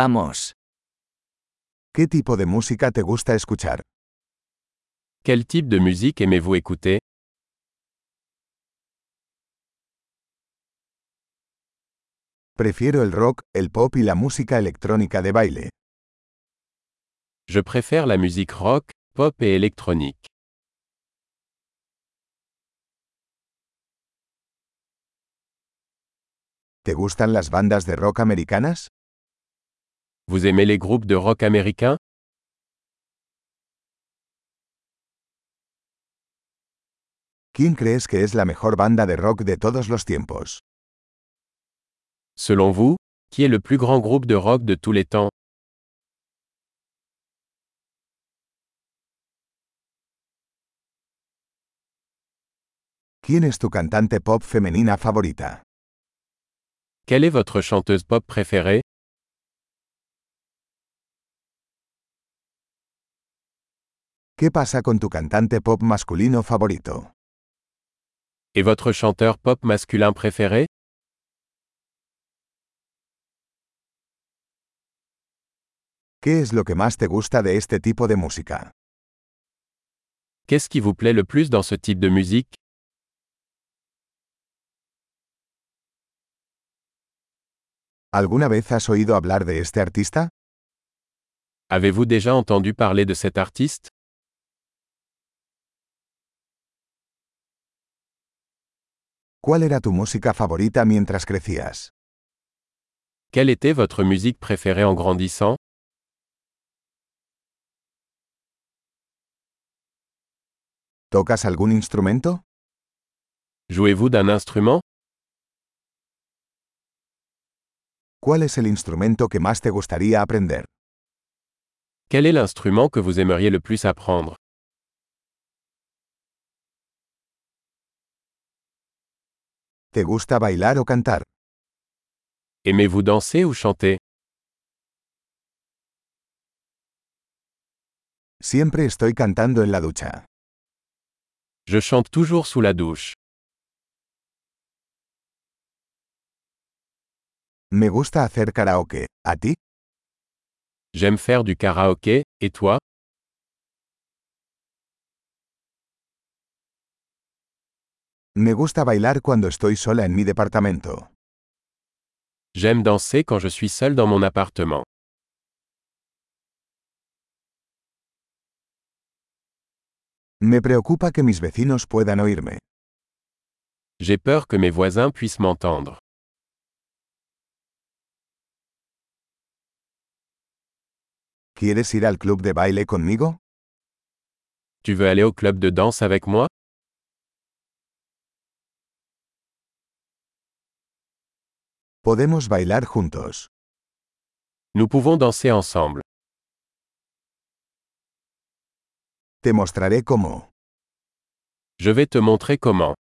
Vamos. ¿Qué tipo de música te gusta escuchar? Quel type de musique aimez-vous écouter Prefiero el rock, el pop y la música electrónica de baile. Je préfère la musique rock, pop et électronique. ¿Te gustan las bandas de rock americanas? Vous aimez les groupes de rock américains ¿Quién crees que es la mejor banda de rock de todos los tiempos? Selon vous, qui est le plus grand groupe de rock de tous les temps ¿Quién es tu cantante pop femenina favorita? Quelle est votre chanteuse pop préférée ¿Qué pasa con tu cantante pop masculino favorito? Et votre chanteur pop masculin préféré ¿Qué es lo que más te gusta de este tipo de música? Qu'est-ce qui vous plaît le plus dans ce type de musique ¿Alguna vez has oído hablar de este artista? Avez-vous déjà entendu parler de cet artiste ¿Cuál era tu música favorita mientras crecías? Quelle était votre musique préférée en grandissant ¿Tocas algún instrumento? Jouez-vous d'un instrument ¿Cuál es el instrumento que más te gustaría aprender? Quel est l'instrument que vous aimeriez le plus apprendre ¿Te gusta bailar o cantar? Aimez-vous danser ou chanter Siempre estoy cantando en la ducha. Je chante toujours sous la douche. Me gusta hacer karaoke. ¿A ti? J'aime faire du karaoké, et toi Me gusta bailar cuando estoy sola en mi departamento. J'aime danser quand je suis seul dans mon appartement. Me preocupa que mis vecinos puedan oírme. J'ai peur que mes voisins puissent m'entendre. ¿Quieres ir al club de baile conmigo? Tu veux aller au club de danse avec moi Podemos bailar juntos. Nous pouvons danser ensemble. Te mostraré cómo. Je vais te montrer comment.